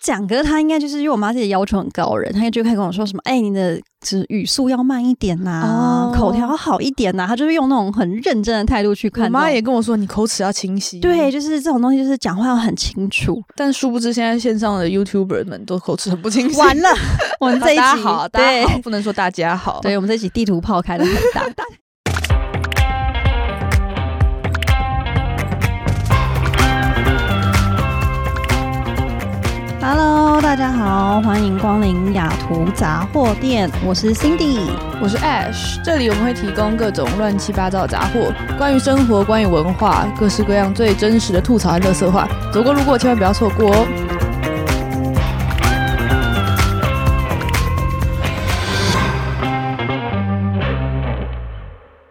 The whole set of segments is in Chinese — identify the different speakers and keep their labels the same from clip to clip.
Speaker 1: 讲，可是他应该就是因为我妈自己要求很高人，她就开始跟我说什么，哎、你的就是语速要慢一点呐、
Speaker 2: 哦
Speaker 1: 口条要好一点呐、她就是用那种很认真的态度去
Speaker 2: 我
Speaker 1: 看。
Speaker 2: 妈也跟我说，你口齿要清晰。
Speaker 1: 对，，就是这种东西，就是讲话要很清楚。
Speaker 2: 但殊不知现在线上的 YouTuber 们都口齿很不清晰。
Speaker 1: 完了， 我们
Speaker 2: 好
Speaker 1: 这一集
Speaker 2: 大家好，大
Speaker 1: 对
Speaker 2: 家好，不能说大家好。
Speaker 1: 对，我们这集地图炮开的很大。大Hello，大家好，欢迎光临雅图杂货店，我是 Cindy。
Speaker 2: 我是 Ash，这里我们会提供各种乱七八糟的杂货，关于生活，关于文化，各式各样最真实的吐槽和乐色话，走过路过千万不要错过哦。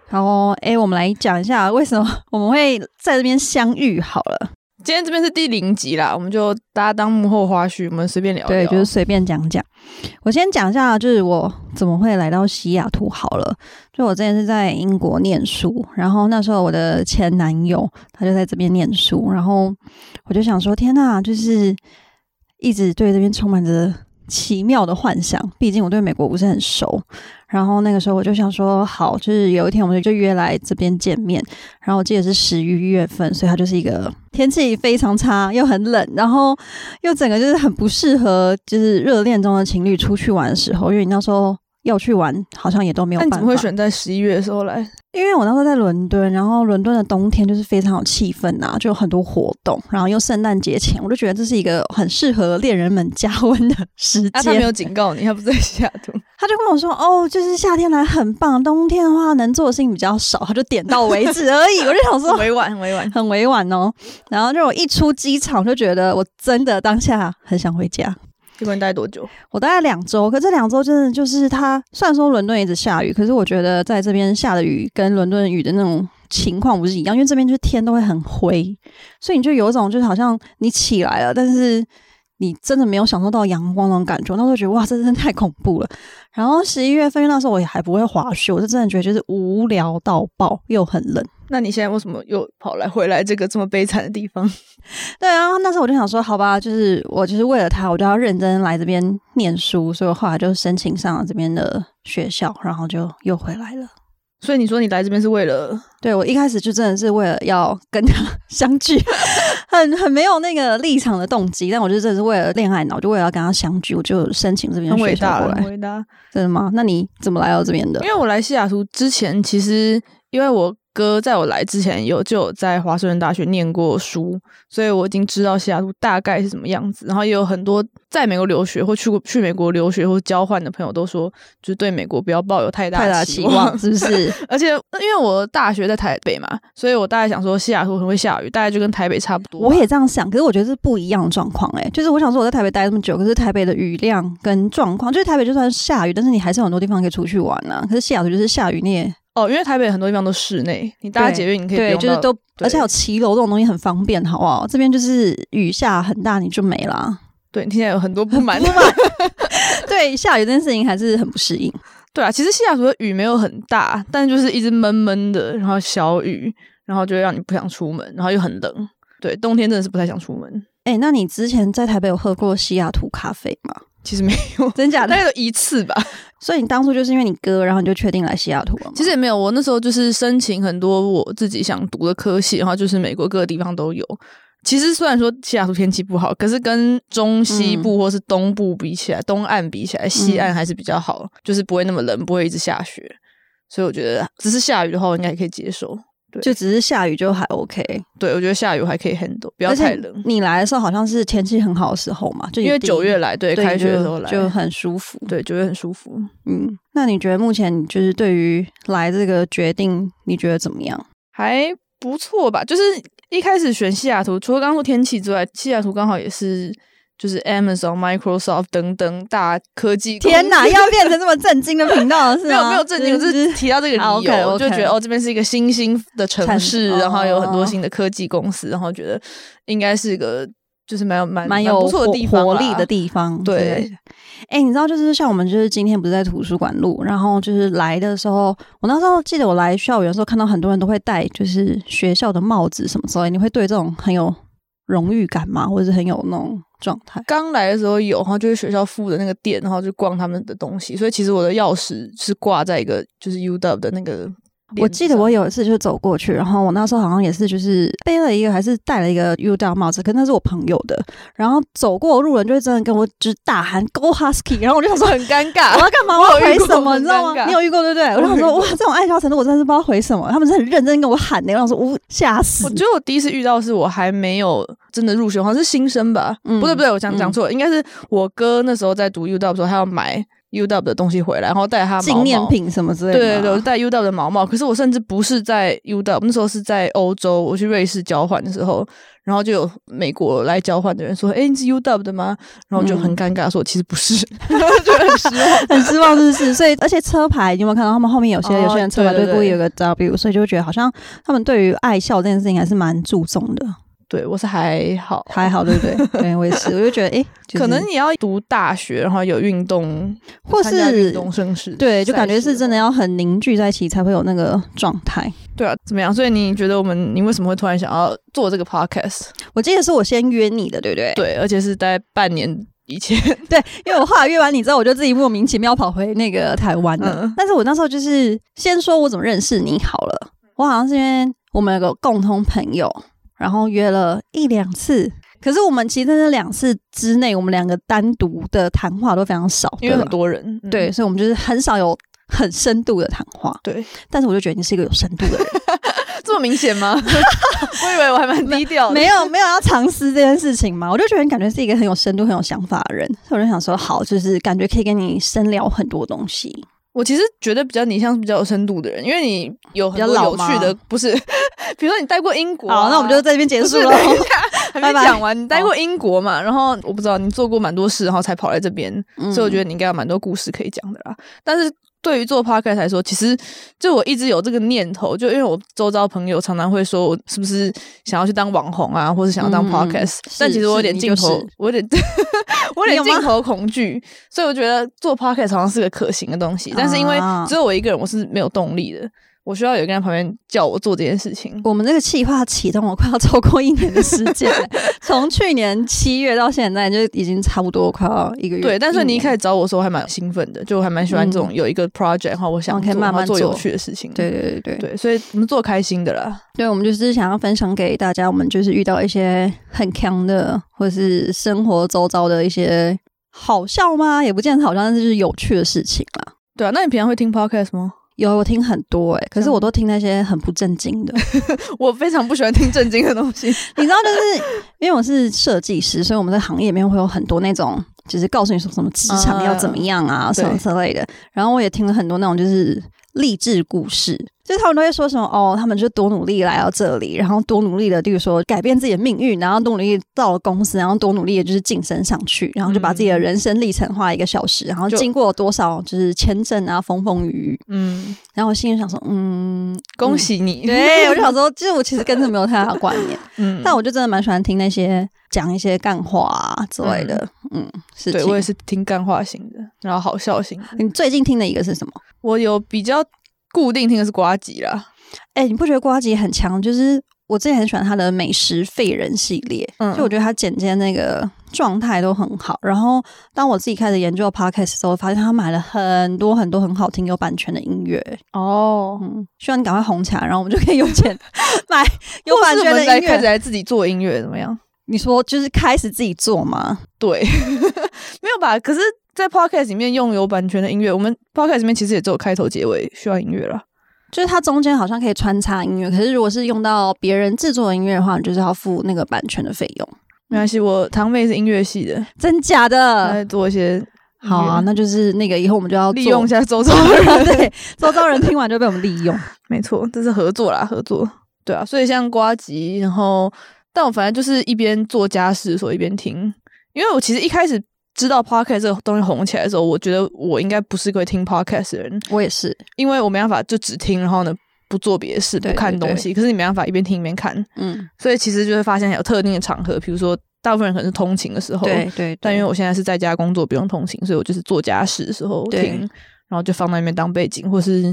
Speaker 1: 然后，哎，我们来讲一下为什么我们会在这边相遇好了。
Speaker 2: 今天这边是第零集啦，我们就大家当幕后花絮，我们随便聊聊。
Speaker 1: 对，就是随便讲讲。我先讲一下，就是我怎么会来到西雅图好了。就我之前是在英国念书，然后那时候我的前男友他就在这边念书，然后我就想说，天呐，就是一直对这边充满着奇妙的幻想。毕竟我对美国不是很熟，然后那个时候我就想说，好，就是有一天我们就约来这边见面。然后我记得是十一月份，所以它就是一个天气非常差，又很冷，然后又整个就是很不适合，就是热恋中的情侣出去玩的时候，因为你那时候要去玩，好像也都没有办
Speaker 2: 那嗯你
Speaker 1: 法。
Speaker 2: 怎么会选在十一月的时候来？
Speaker 1: 因为我那时候在伦敦，然后伦敦的冬天就是非常有气氛呐、就有很多活动，然后又圣诞节前，我就觉得这是一个很适合恋人们加温的时间。
Speaker 2: 啊，他没有警告你，他不在西雅 图。
Speaker 1: 他就跟我说：“哦，就是夏天来很棒，冬天的话能做的事情比较少，他就点到为止而已。”我就想说，
Speaker 2: 委婉，委 婉。
Speaker 1: 很委婉哦。然后就我一出机场就觉得，我真的当下很想回家。
Speaker 2: 结果你待多久？
Speaker 1: 我大概两周，可这两周真的就是它，虽然说伦敦一直下雨，可是我觉得在这边下的雨跟伦敦雨的那种情况不是一样，因为这边就是天都会很灰，所以你就有一种就是好像你起来了，但是你真的没有享受到阳光那种感觉，那时候觉得哇，这真的太恐怖了。然后十一月份因为那时候我也还不会滑雪，我就真的觉得就是无聊到爆，又很冷。
Speaker 2: 那你现在为什么又跑来回来这个这么悲惨的地方？
Speaker 1: 对啊，那时候我就想说，好吧，就是我就是为了他，我就要认真来这边念书，所以我后来就申请上了这边的学校，然后就又回来了。
Speaker 2: 所以你说你来这边是为了
Speaker 1: 对我一开始就真的是为了要跟他 相聚，很很没有那个立场的动机，但我就真的是为了恋爱脑，就为了要跟他相聚，我就申请这边
Speaker 2: 很
Speaker 1: 学
Speaker 2: 伟
Speaker 1: 校
Speaker 2: 大
Speaker 1: 过
Speaker 2: 了，很
Speaker 1: 来。
Speaker 2: 伟大。
Speaker 1: 真的吗？那你怎么来到这边的
Speaker 2: 因？为我来西雅图之前，其实因为我哥在我来之前有就有在华盛顿大学念过书，所以我已经知道西雅图大概是什么样子。然后也有很多在美国留学或去过去美国留学或交换的朋友都说，就是对美国不要抱有太大
Speaker 1: 太大
Speaker 2: 的
Speaker 1: 的
Speaker 2: 期
Speaker 1: 期
Speaker 2: 望
Speaker 1: 望。是不是？
Speaker 2: 而且呃因为我大学在台北嘛，所以我大概想说西雅图很会下雨，大概就跟台北差不多吧。
Speaker 1: 我也这样想，可是我觉得是不一样的状况哎，就是我想说我在台北待这么久，可是台北的雨量跟状况，就是台北就算下雨，但是你还是有很多地方可以出去玩啊。可是西雅图就是下雨你也
Speaker 2: 哦，因为台北很多地方都室内，你搭
Speaker 1: 对
Speaker 2: 捷运你可以不
Speaker 1: 对，
Speaker 2: 用
Speaker 1: 就是
Speaker 2: 到
Speaker 1: 都，
Speaker 2: 对
Speaker 1: 而且有骑楼这种东西很方便，好不好？这边就是雨下很大你就没啦。
Speaker 2: 对，你现在有很多不满。
Speaker 1: 对，下雨这件事情还是很不适应。
Speaker 2: 对啊，其实西雅图的雨没有很大，但就是一直闷闷的，然后小雨，然后就会让你不想出门，然后又很冷。对，冬天真的是不太想出门。
Speaker 1: 哎、那你之前在台北有喝过西雅图咖啡吗？
Speaker 2: 其实没有，
Speaker 1: 真假
Speaker 2: 大
Speaker 1: 的？
Speaker 2: 概有一次吧。
Speaker 1: 所以你当初就是因为你哥，然后你就确定来西雅图了吗？
Speaker 2: 其实也没有，我那时候就是申请很多我自己想读的科系，然后就是美国各个地方都有。其实虽然说西雅图天气不好，可是跟中西部或是东部比起来，东岸比起来，西岸还是比较好，就是不会那么冷，不会一直下雪。所以我觉得只是下雨的话，我应该也可以接受。
Speaker 1: 就只是下雨就还 OK，
Speaker 2: 对，我觉得下雨我还可以 handle，不要
Speaker 1: 而且
Speaker 2: 太冷。
Speaker 1: 你来的时候好像是天气很好的时候嘛，就你
Speaker 2: 因为
Speaker 1: 第一
Speaker 2: 九月来，对，
Speaker 1: 对
Speaker 2: 开学的时候
Speaker 1: 就
Speaker 2: 来，
Speaker 1: 就很舒服。
Speaker 2: 对九月很舒服。
Speaker 1: 嗯，那你觉得目前你就是对于来这个决定，你觉得怎么样？
Speaker 2: 还不错吧。就是一开始选西雅图，除了刚刚说天气之外，西雅图刚好也是就是 Amazon、Microsoft 等等大科技公司。
Speaker 1: 天 哪，要变成这么震惊的频道了是吗？
Speaker 2: 没有没有震惊，我
Speaker 1: 就
Speaker 2: 只是提到这个理由，
Speaker 1: 啊，OK，OK
Speaker 2: 就觉得哦，这边是一个新兴的城
Speaker 1: 产
Speaker 2: 市，
Speaker 1: 哦
Speaker 2: 然后有很多新的科技公司，然后觉得应该是一个就是蛮有蛮
Speaker 1: 蛮
Speaker 2: 蛮
Speaker 1: 有
Speaker 2: 不错的地方
Speaker 1: 活
Speaker 2: 啦
Speaker 1: 活力的地 方。
Speaker 2: 对
Speaker 1: 之类的，哎、你知道，就是像我们就是今天不是在图书馆录，然后就是来的时候，我那时候记得我来校园的时候，看到很多人都会戴就是学校的帽子什么之类，你会对这种很有荣誉感嘛，或者是很有那种状态。
Speaker 2: 刚来的时候有，然后就是学校附的那个店，然后就逛他们的东西。所以其实我的钥匙是挂在一个就是 U Dub 的那个链子上。
Speaker 1: 我记得我有一次就走过去，然后我那时候好像也是就是背了一个还是戴了一个 U d 帽子，可那是我朋友的。然后走过路人就会真的跟我就是大喊 “Go Husky”，然后我就想 说
Speaker 2: 很尴 尬
Speaker 1: 我，要干嘛？
Speaker 2: 啊我
Speaker 1: 我
Speaker 2: 有
Speaker 1: 要回
Speaker 2: 遇过
Speaker 1: 什么？
Speaker 2: 很
Speaker 1: 你知道
Speaker 2: 尴
Speaker 1: 吗？
Speaker 2: 尬
Speaker 1: 你有遇过对不对？我
Speaker 2: 我
Speaker 1: 想
Speaker 2: 有遇
Speaker 1: 说
Speaker 2: 过
Speaker 1: 哇，这种爱笑程度我真的是不知道回什么。他们是很认真跟我喊的，我想说我吓死
Speaker 2: 我。觉得我第一次遇到是我还没有真的入学，好像是新生吧？
Speaker 1: 嗯
Speaker 2: 不对不对，我讲讲
Speaker 1: 嗯
Speaker 2: 错，了，应该是我哥那时候在读 U Dub 的时候，他要买 U Dub 的东西回来，然后带他毛
Speaker 1: 纪念
Speaker 2: 毛。
Speaker 1: 品什么之类
Speaker 2: 对
Speaker 1: 的。
Speaker 2: 对对，我就带 U Dub 的毛毛，可是我甚至不是在 U Dub，那时候是在欧洲，我去瑞士交换的时候，然后就有美国来交换的人说：“哎，你是 U Dub 的吗？”然后我就很尴尬说：“我其实不是。”
Speaker 1: 嗯
Speaker 2: 就很失望。
Speaker 1: 很失望，是不是？所以，而且车牌，你有没有看到他们后面有些、
Speaker 2: 哦
Speaker 1: 有些人车牌
Speaker 2: 对
Speaker 1: 都
Speaker 2: 对对
Speaker 1: 故意有个 W，所以就会觉得好像他们对于爱笑这件事情还是蛮注重的，
Speaker 2: 对我是还好，
Speaker 1: 还好，对不 对？对，我也是，我就觉得，诶，就是
Speaker 2: 可能你要读大学，然后有运动，
Speaker 1: 或
Speaker 2: 参加运
Speaker 1: 是
Speaker 2: 动盛事，
Speaker 1: 对，就感觉是真
Speaker 2: 的。
Speaker 1: 的要很凝聚在一起才会有那个状态。
Speaker 2: 对啊，怎么样？所以你觉得我们，你为什么会突然想要做这个 podcast？
Speaker 1: 我记得是我先约你的，对不对？
Speaker 2: 对，而且是在半年 以前，
Speaker 1: 对，因为我后来约完你之后，我就自己莫名其妙跑回那个台湾了。
Speaker 2: 嗯
Speaker 1: 但是我那时候就是先说我怎么认识你好了，我好像是因为我们有个共同朋友，然后约了一两次。可是我们其实在那两次之内，我们两个单独的谈话都非常少，
Speaker 2: 因为
Speaker 1: 对
Speaker 2: 很
Speaker 1: 吧
Speaker 2: 多人、嗯
Speaker 1: 对，啊嗯所以我们就是很少有很深度的谈话。
Speaker 2: 对，
Speaker 1: 但是我就觉得你是一个有深度 的人。
Speaker 2: 这么明显 吗？我以为我还蛮低调的，
Speaker 1: 没有没有要藏私这件事情嘛，我就觉得你感觉是一个很有深度、很有想法的人，所以我就想说，好，就是感觉可以跟你深聊很多东西。
Speaker 2: 我其实觉得比较你像是比较有深度的人，因为你有很
Speaker 1: 比
Speaker 2: 多
Speaker 1: 较老
Speaker 2: 有
Speaker 1: 吗
Speaker 2: 趣的，不是？比如说你待过英国、啊
Speaker 1: 好，那我们就。在这边结
Speaker 2: 不
Speaker 1: 束
Speaker 2: 是，
Speaker 1: 了
Speaker 2: 等。一下还
Speaker 1: 拜
Speaker 2: 没
Speaker 1: 拜
Speaker 2: 讲完。你待过英国嘛？然后我不知道你做过蛮多事，然后才跑来这边。
Speaker 1: 嗯
Speaker 2: 所以我觉得你应该有蛮多故事可以讲的啦。但是对于做 podcast 来说，其实就我一直有这个念头，就因为我周遭朋友常常会说我是不是想要去当网红啊，或是想要当
Speaker 1: 嗯
Speaker 2: podcast，、
Speaker 1: 是
Speaker 2: 但其实我有
Speaker 1: 是
Speaker 2: 点
Speaker 1: 你
Speaker 2: 镜头，
Speaker 1: 就是
Speaker 2: 我有点 我有
Speaker 1: 你有
Speaker 2: 点
Speaker 1: 吗
Speaker 2: 镜头恐惧，所以我觉得做 podcast 好像是个可行的东西。但是因为
Speaker 1: 啊
Speaker 2: 只有我一个人，我是没有动力的，我需要有一个人在旁边叫我做这件事情。
Speaker 1: 我们这个企划启动了快要超过一年的时 间了，从去年七月到现在，就已经差不多快要一个月。
Speaker 2: 对，但是你一开
Speaker 1: 始
Speaker 2: 始找我的时候，我还蛮兴奋的，就我还蛮喜欢这种有一个 project，然后我
Speaker 1: 嗯
Speaker 2: 想
Speaker 1: 哦可以
Speaker 2: 做
Speaker 1: 慢慢
Speaker 2: 然后做有
Speaker 1: 做
Speaker 2: 趣的事情。
Speaker 1: 对对对对
Speaker 2: 对，所以我们做开心的啦。
Speaker 1: 对，我们就是想要分享给大家，我们就是遇到一些很强的，或是生活周遭的一些好笑吗？也不见得好笑，但是就是有趣的事情啦。
Speaker 2: 对啊，那你平常会听 podcast 吗？
Speaker 1: 有，我听很多哎、可是
Speaker 2: 像
Speaker 1: 我都听那些很不正经的。
Speaker 2: 我非常不喜欢听正经的东西。
Speaker 1: 你知道，就是因为我是设计师，所以我们在行业里面会有很多那种，就是告诉你说什么职场要怎么样啊，
Speaker 2: 嗯
Speaker 1: 什么之类的。然后我也听了很多那种就是励志故事，就是他们都会说什么哦，他们就多努力来到这里，然后多努力的，例如说改变自己的命运，然后多努力到了公司，然后多努力的就是晋升上去，然后就把自己的人生历程画一个小时，然后
Speaker 2: 嗯就
Speaker 1: 经过多少就是签证啊，风风雨雨。
Speaker 2: 嗯，
Speaker 1: 然后我心里想说，嗯，
Speaker 2: 恭喜你。
Speaker 1: 对， 我就想说，其实我其实跟这没有太大关联，
Speaker 2: 嗯，
Speaker 1: 但我就真的蛮喜欢听那些讲一些干话啊之类的，嗯，事
Speaker 2: 对我
Speaker 1: 情。
Speaker 2: 也是听干话型的，然后好笑型的。
Speaker 1: 你最近听的一个是什么？
Speaker 2: 我有比较固定听的是瓜吉啦，
Speaker 1: 哎、你不觉得瓜吉很强？就是我之前很喜欢他的美食废人系列，
Speaker 2: 嗯
Speaker 1: 就我觉得他剪接那个状态都很好。然后当我自己开始研究 podcast 之后，发现他买了很多很多很好听有版权的音乐。
Speaker 2: 哦，
Speaker 1: 嗯，希望你赶快红起来，然后我们就可以有钱 买有
Speaker 2: 或
Speaker 1: 版
Speaker 2: 是我
Speaker 1: 权的
Speaker 2: 们来
Speaker 1: 音
Speaker 2: 开始
Speaker 1: 乐。
Speaker 2: 来自己做音乐怎么样？
Speaker 1: 你说就是开始自己做吗？
Speaker 2: 对， 没有吧？可是，在 podcast 里面用有版权的音乐，我们 podcast 里面其实也只有开头结尾需要音乐啦。
Speaker 1: 就是它中间好像可以穿插音乐，可是如果是用到别人制作的音乐的话，你就是要付那个版权的费用，
Speaker 2: 没关系，我堂妹是音乐系的，
Speaker 1: 真假
Speaker 2: 她
Speaker 1: 的？
Speaker 2: 在做一些音乐
Speaker 1: 好啊，那就是那个以后我们就要
Speaker 2: 呃利用一
Speaker 1: 做
Speaker 2: 下周遭的人。
Speaker 1: 对，周遭人听完就被我们利用。
Speaker 2: 没错，这是合作啦，合作。对啊，所以像瓜吉，然后但我反正就是一边做家事的时候一边听，因为我其实一开始知道 podcast 这个东西红起来的时候，我觉得我应该不是个会听 podcast 的人，
Speaker 1: 我也是，
Speaker 2: 因为我没办法就只听，然后呢不做别的事，
Speaker 1: 对
Speaker 2: 不看东西。可是你没办法一边听一边看，
Speaker 1: 嗯，
Speaker 2: 所以其实就会发现有特定的场合，比如说大部分人可能是通勤的时候，
Speaker 1: 对对，
Speaker 2: 但因为
Speaker 1: 为
Speaker 2: 我现在是在家工作，不用通勤，所以我就是做家事的时候
Speaker 1: 对
Speaker 2: 听，然后就放在那边当背景，或是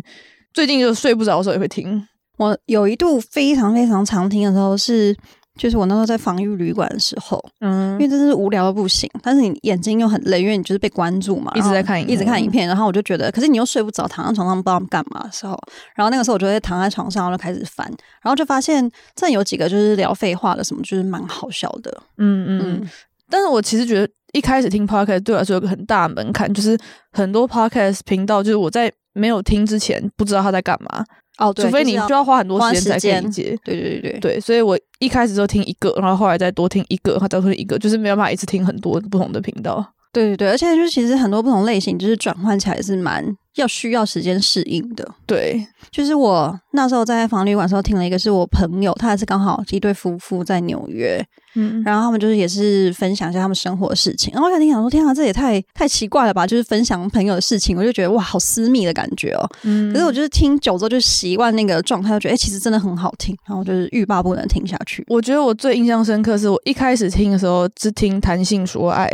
Speaker 2: 最近就睡不着的时候也会听。
Speaker 1: 我有一度非常非常常听的时候是。就是我那时候在防御旅馆的时候，因
Speaker 2: 嗯，
Speaker 1: 为真是无聊到不行，但是你眼睛又很累，因为你就是被关注嘛，
Speaker 2: 一直在
Speaker 1: 然
Speaker 2: 看
Speaker 1: 后
Speaker 2: 荧幕
Speaker 1: 一直看影片，然后我就觉得，可是你又睡不着，躺在床上不知道干嘛的时候，然后那个时候我就会躺在床上，然后就开始翻，然后就发现真的有几个就是聊废话的什么，就是蛮好笑的，
Speaker 2: 嗯嗯嗯。
Speaker 1: 嗯，
Speaker 2: 但是我其实觉得一开始听 podcast 对我来说有个很大的门槛，就是很多 podcast 频道，就是我在没有听之前不知道他在干嘛，
Speaker 1: 哦，对
Speaker 2: 除非你
Speaker 1: 就是
Speaker 2: 需
Speaker 1: 要
Speaker 2: 要花很多
Speaker 1: 花
Speaker 2: 时间
Speaker 1: 时
Speaker 2: 才可以
Speaker 1: 间
Speaker 2: 理解。
Speaker 1: 对对对对，
Speaker 2: 对，所以我一开始就听一个，然后后来再多听一个，然后再多听一个，就是没有办法一次听很多不同的频道。
Speaker 1: 对对对，而且就是其实很多不同类型，就是转换起来是蛮要需要时间适应的。
Speaker 2: 对，
Speaker 1: 就是我那时候在房旅馆的时候听了一个是我朋友，他也是刚好一对夫妇在纽约，
Speaker 2: 嗯，
Speaker 1: 然后他们就是也是分享一下他们生活的事情。然后我想听想说，天啊，这也太太奇怪了吧！就是分享朋友的事情，我就觉得哇，好私密的感觉哦。
Speaker 2: 嗯
Speaker 1: 可是我就是听久之后就习惯那个状态，就觉得哎、其实真的很好听，然后就是欲罢不能听下去。
Speaker 2: 我觉得我最印象深刻是我一开始听的时候是听谈性说爱，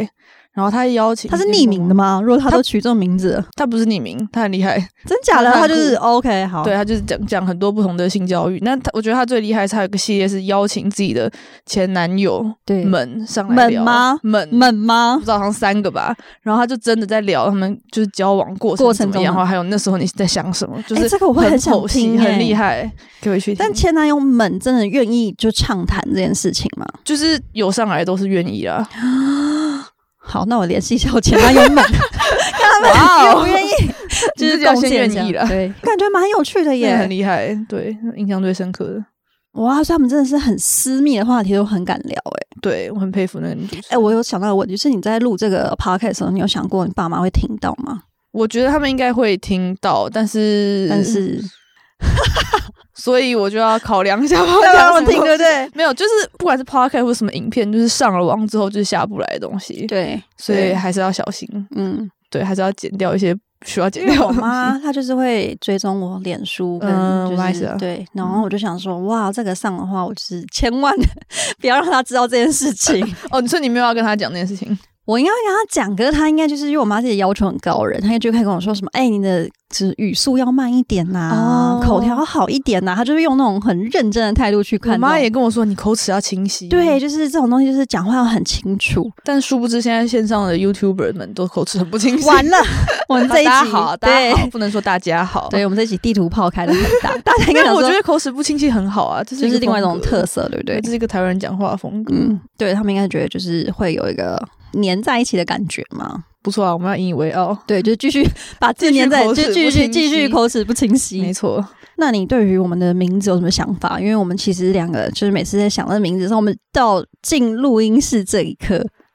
Speaker 2: 然后他邀请
Speaker 1: 他是匿名的，吗？如果他都取这种名字了，
Speaker 2: 他不是匿名，他很厉害，
Speaker 1: 真假的？
Speaker 2: 他
Speaker 1: 他
Speaker 2: 很
Speaker 1: 就
Speaker 2: 酷
Speaker 1: 是 OK 好，
Speaker 2: 对他就是讲讲很多不同的性教育。那他我觉得他最厉害是他有个系列是邀请自己的前男友
Speaker 1: 对
Speaker 2: 们上来
Speaker 1: 们
Speaker 2: 聊
Speaker 1: 吗
Speaker 2: 们
Speaker 1: 猛
Speaker 2: 不
Speaker 1: 吗？
Speaker 2: 知道好像三个吧，然后他就真的在聊他们就是交往过
Speaker 1: 过
Speaker 2: 程
Speaker 1: 程
Speaker 2: 怎么
Speaker 1: 中
Speaker 2: 样，
Speaker 1: 吗
Speaker 2: 然后还有那时候你在想什么，就
Speaker 1: 哎、
Speaker 2: 是
Speaker 1: 这个我会
Speaker 2: 很
Speaker 1: 想
Speaker 2: 剖析，
Speaker 1: 听、
Speaker 2: 很厉
Speaker 1: 害。
Speaker 2: 害，可以去听。
Speaker 1: 欸但前男友们真的愿意就畅谈这件事情吗？
Speaker 2: 就是有上来都是愿 意啊，
Speaker 1: 好，那我联系一下我前男友 们，看他
Speaker 2: 哇
Speaker 1: 们愿
Speaker 2: 哦
Speaker 1: 不愿意，就
Speaker 2: 你自
Speaker 1: 是
Speaker 2: 己要
Speaker 1: 贡
Speaker 2: 先
Speaker 1: 献一
Speaker 2: 愿意
Speaker 1: 下
Speaker 2: 啦
Speaker 1: 对， 感觉蛮有趣的
Speaker 2: 也很
Speaker 1: 耶。
Speaker 2: 厉害，对，印象最深刻的，
Speaker 1: 哇，所以他们真的是很私密的话题都很敢聊哎。
Speaker 2: 对我很佩服那个女主持人。
Speaker 1: 哎、我有想到个问题，是你在录这个 podcast 的时候，你有想过你爸妈会听到吗？
Speaker 2: 我觉得他们应该会听到，但是
Speaker 1: 但是
Speaker 2: 所以我就要考量一下吧，
Speaker 1: 让
Speaker 2: 我
Speaker 1: 我听，对不对？
Speaker 2: 没有，就是不管是 podcast 或什么影片，就是上了网之后就是下不来的东西，
Speaker 1: 对，
Speaker 2: 所以还是要小心，
Speaker 1: 嗯，
Speaker 2: 对，还是要剪掉一些需要剪
Speaker 1: 因为
Speaker 2: 掉
Speaker 1: 我
Speaker 2: 的东西
Speaker 1: 妈她就是会追踪我脸书跟、
Speaker 2: 嗯
Speaker 1: 就是，
Speaker 2: 我妈也是啊
Speaker 1: 对，然后我就想说，哇，这个上的话，我就是千万 不要让她知道这件事情。
Speaker 2: 哦，你说你没有要跟他讲这件事情，
Speaker 1: 我应该会跟他讲，可是他应该就是因为我妈自己要求很高的人，她就开始跟我说什么：“哎、你的就是语速要慢一点呐、
Speaker 2: 哦
Speaker 1: 口条要好一点呐、她就是用那种很认真的态度去看
Speaker 2: 我
Speaker 1: 那种。
Speaker 2: 妈也跟我说你口齿要清晰，
Speaker 1: 对，，就是这种东西，就是讲话要很清楚。
Speaker 2: 但殊不知现在线上的 YouTuber 们都口齿很不清晰。
Speaker 1: 完了， 我们这一集
Speaker 2: 大家好，大
Speaker 1: 对
Speaker 2: 家好，不能说大家好，
Speaker 1: 对，我们这一集地图炮开的很大，大家应
Speaker 2: 因
Speaker 1: 该
Speaker 2: 为
Speaker 1: 想
Speaker 2: 我觉
Speaker 1: 说
Speaker 2: 得口齿不清晰很好啊，这
Speaker 1: 就是是另外一
Speaker 2: 个
Speaker 1: 种
Speaker 2: 风格
Speaker 1: 特色，对不对
Speaker 2: 对，？这是一个台湾人讲话的风格，
Speaker 1: 嗯，对他们应该觉得就是会有一个粘在一起的感觉嘛。
Speaker 2: 不错啊，我们要引以为傲。
Speaker 1: 对，就继续把字
Speaker 2: 继续
Speaker 1: 粘在，
Speaker 2: 口
Speaker 1: 就
Speaker 2: 齿
Speaker 1: 继
Speaker 2: 不
Speaker 1: 续
Speaker 2: 清
Speaker 1: 继续
Speaker 2: 晰
Speaker 1: 口齿不清晰，
Speaker 2: 没错，
Speaker 1: 那你对于我们的名字有什么想法？因为我们其实两个就是每次在想这个名字的时候，我们到进录音室这一刻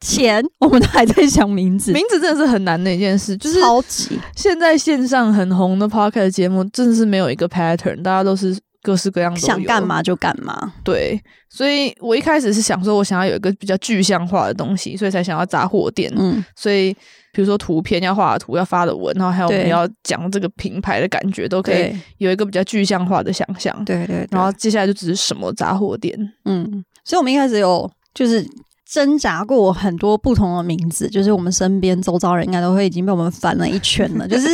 Speaker 1: 前，我们都还在想名字，
Speaker 2: 名字真的是很难的一件事，就是
Speaker 1: 超级
Speaker 2: 现在线上很红的 podcast 节目，真的是没有一个 pattern，大家都是各式各样都有
Speaker 1: 想干？嘛就干嘛。
Speaker 2: 对，所以我一开始是想说，我想要有一个比较具象化的东西，所以才想要杂货店。
Speaker 1: 嗯，
Speaker 2: 所以比如说图片要画的图，要发的文，然啊后还有我们
Speaker 1: 对
Speaker 2: 要讲这个品牌的感觉，都可以
Speaker 1: 对
Speaker 2: 有一个比较具象化的想象。
Speaker 1: 对对，
Speaker 2: 然后接下来就只是什么杂货店，
Speaker 1: 嗯，所以我们一开始有就是挣扎过很多不同的名字，就是我们身边周遭人应该都会已经被我们烦了一圈了。就是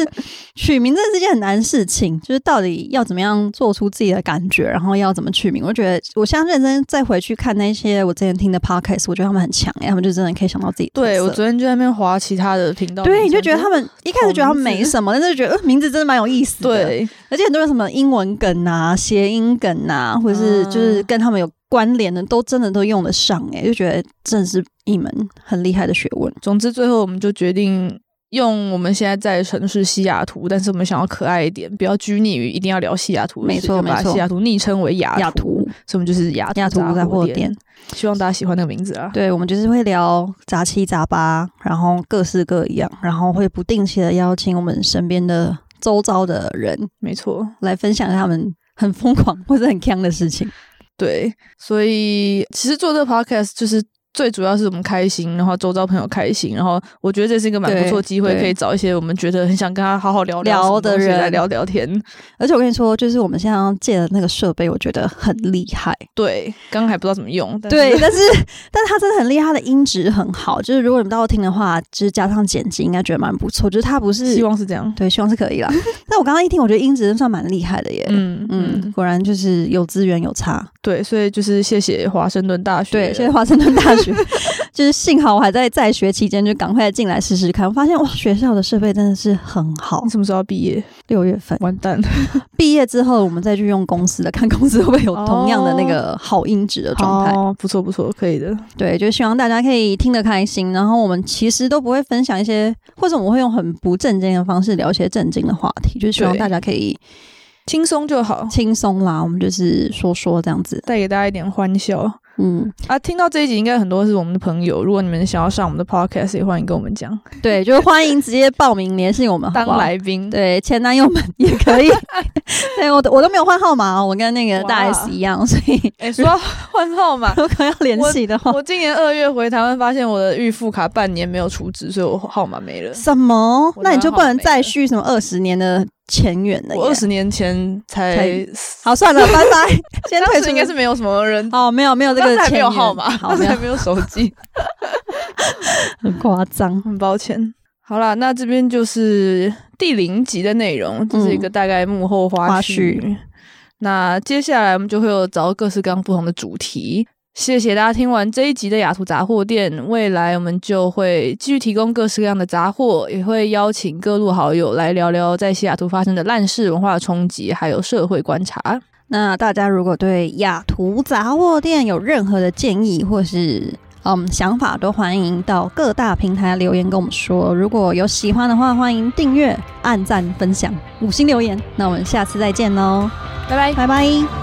Speaker 1: 取名真的是件很难的事情，就是到底要怎么样做出自己的感觉，然后要怎么取名。我觉得我现在认真再回去看那些我之前听的 podcast，我觉得他们很强、欸，他们就真的可以想到自己的
Speaker 2: 对
Speaker 1: 特
Speaker 2: 我
Speaker 1: 色
Speaker 2: 昨天就在那边划其他的频道名称，
Speaker 1: 对，你就觉得他们一开始觉得他们
Speaker 2: 好名
Speaker 1: 没
Speaker 2: 字
Speaker 1: 什么，但是觉得、呃、名字真的蛮有意思的。
Speaker 2: 对
Speaker 1: 而且很多人什么英文梗啊、谐音梗啊，或者是
Speaker 2: 嗯
Speaker 1: 就是跟他们有关联的，都真的都用得上哎、就觉得真的是一门很厉害的学问。
Speaker 2: 总之，最后我们就决定用我们现在在的城市西雅图，但是我们想要可爱一点，不要拘泥于一定要聊西雅图的事，
Speaker 1: 没错
Speaker 2: 就把
Speaker 1: 没错
Speaker 2: 西雅图昵称为雅
Speaker 1: 雅图
Speaker 2: 所以我们就是雅
Speaker 1: 雅图杂
Speaker 2: 杂
Speaker 1: 货
Speaker 2: 货
Speaker 1: 店，，
Speaker 2: 希望大家喜欢那个名字啊。
Speaker 1: 对我们就是会聊杂七杂八，然后各式各样，然后会不定期的邀请我们身边的周遭的人
Speaker 2: 没错，
Speaker 1: 来分享他们很疯狂或者很强的事情。
Speaker 2: 对，所以其实做这个 podcast 就是最主要是我们开心，然后周遭朋友开心，然后我觉得这是一个蛮不错的机会，
Speaker 1: 对对
Speaker 2: 可以找一些我们觉得很想跟他好好聊
Speaker 1: 聊
Speaker 2: 什么东西
Speaker 1: 的人
Speaker 2: 来聊聊天。
Speaker 1: 而且我跟你说，就是我们现在要借的那个设备，我觉得很厉害。
Speaker 2: 对，刚刚还不知道怎么用，但是
Speaker 1: 对，但是 但是它真的很厉害，它的音质很好。就是如果你们到时候听的话，就是加上剪辑，应该觉得蛮不错。就是它不是
Speaker 2: 希望是这样。
Speaker 1: 对，希望是可 以啦。但我刚刚一听，我觉得音质算蛮厉害的耶。嗯
Speaker 2: 嗯嗯，
Speaker 1: 嗯，果然就是有资源有差。
Speaker 2: 对，所以就是谢谢华盛顿大学，
Speaker 1: 对，所以华盛顿大 学就是幸好我还在在学期间，就赶快进来试试看。我发现哇，学校的设备真的是很好
Speaker 2: 你。什么时候要毕业？
Speaker 1: 六月份
Speaker 2: 完蛋，
Speaker 1: 毕业之后，我们再去用公司的，看公司会不会有
Speaker 2: 哦
Speaker 1: 同样的那个好音质的状态。
Speaker 2: 哦，不错不错，可以的。
Speaker 1: 对，就希望大家可以听得开心。然后我们其实都不会分享一些，或者我们会用很不正经的方式聊一些正经的话题，就是希望
Speaker 2: 对
Speaker 1: 大家可以
Speaker 2: 轻松就好，
Speaker 1: 轻松啦。我们就是说说这样子，
Speaker 2: 带给大家一点欢笑
Speaker 1: 嗯，
Speaker 2: 啊！听到这一集，应该很多是我们的朋友，如果你们想要上我们的 podcast，也欢迎跟我们讲，
Speaker 1: 对，就是欢迎直接报名联系我们，好
Speaker 2: 当
Speaker 1: 不好
Speaker 2: 来宾。
Speaker 1: 对，前男友们也可以。 对我都我都没有换号码、哦，我跟那个大
Speaker 2: 哇
Speaker 1: S 一样，所 以
Speaker 2: 哎、说到换号 码，
Speaker 1: 如果要联系的话，
Speaker 2: 我今年二月回台湾，发现我的预付卡半年没有储值，所以我号码没了。
Speaker 1: 什么？
Speaker 2: 我
Speaker 1: 那你就
Speaker 2: 拿号
Speaker 1: 不能
Speaker 2: 没
Speaker 1: 再
Speaker 2: 了
Speaker 1: 续什么二十年的前缘了
Speaker 2: 我二
Speaker 1: 耶？
Speaker 2: 十年前才，
Speaker 1: 才好，算了，拜 拜，先退
Speaker 2: 当
Speaker 1: 出。
Speaker 2: 时应该是没有什么人，
Speaker 1: 哦，没有没有这
Speaker 2: 当
Speaker 1: 个
Speaker 2: 时还
Speaker 1: 前
Speaker 2: 没有
Speaker 1: 缘
Speaker 2: 号码，
Speaker 1: 好
Speaker 2: 当时
Speaker 1: 没
Speaker 2: 还
Speaker 1: 有，
Speaker 2: 没有手机，
Speaker 1: 很夸张。
Speaker 2: 很抱歉。好啦，那这边就是第零集的内容，这是一个大概幕后嗯花絮。
Speaker 1: 花絮
Speaker 2: 那接下来我们就会有找各式各样不同的主题。谢谢大家听完这一集的雅图杂货店，未来我们就会继续提供各式各样的杂货，也会邀请各路好友来聊聊在西雅图发生的烂事、文化冲击，还有社会观察。
Speaker 1: 那大家如果对雅图杂货店有任何的建议或是嗯想法，都欢迎到各大平台留言跟我们说。如果有喜欢的话，欢迎订阅、按赞、分享、五星留言。那我们下次再见喽，
Speaker 2: 拜拜。
Speaker 1: 拜拜。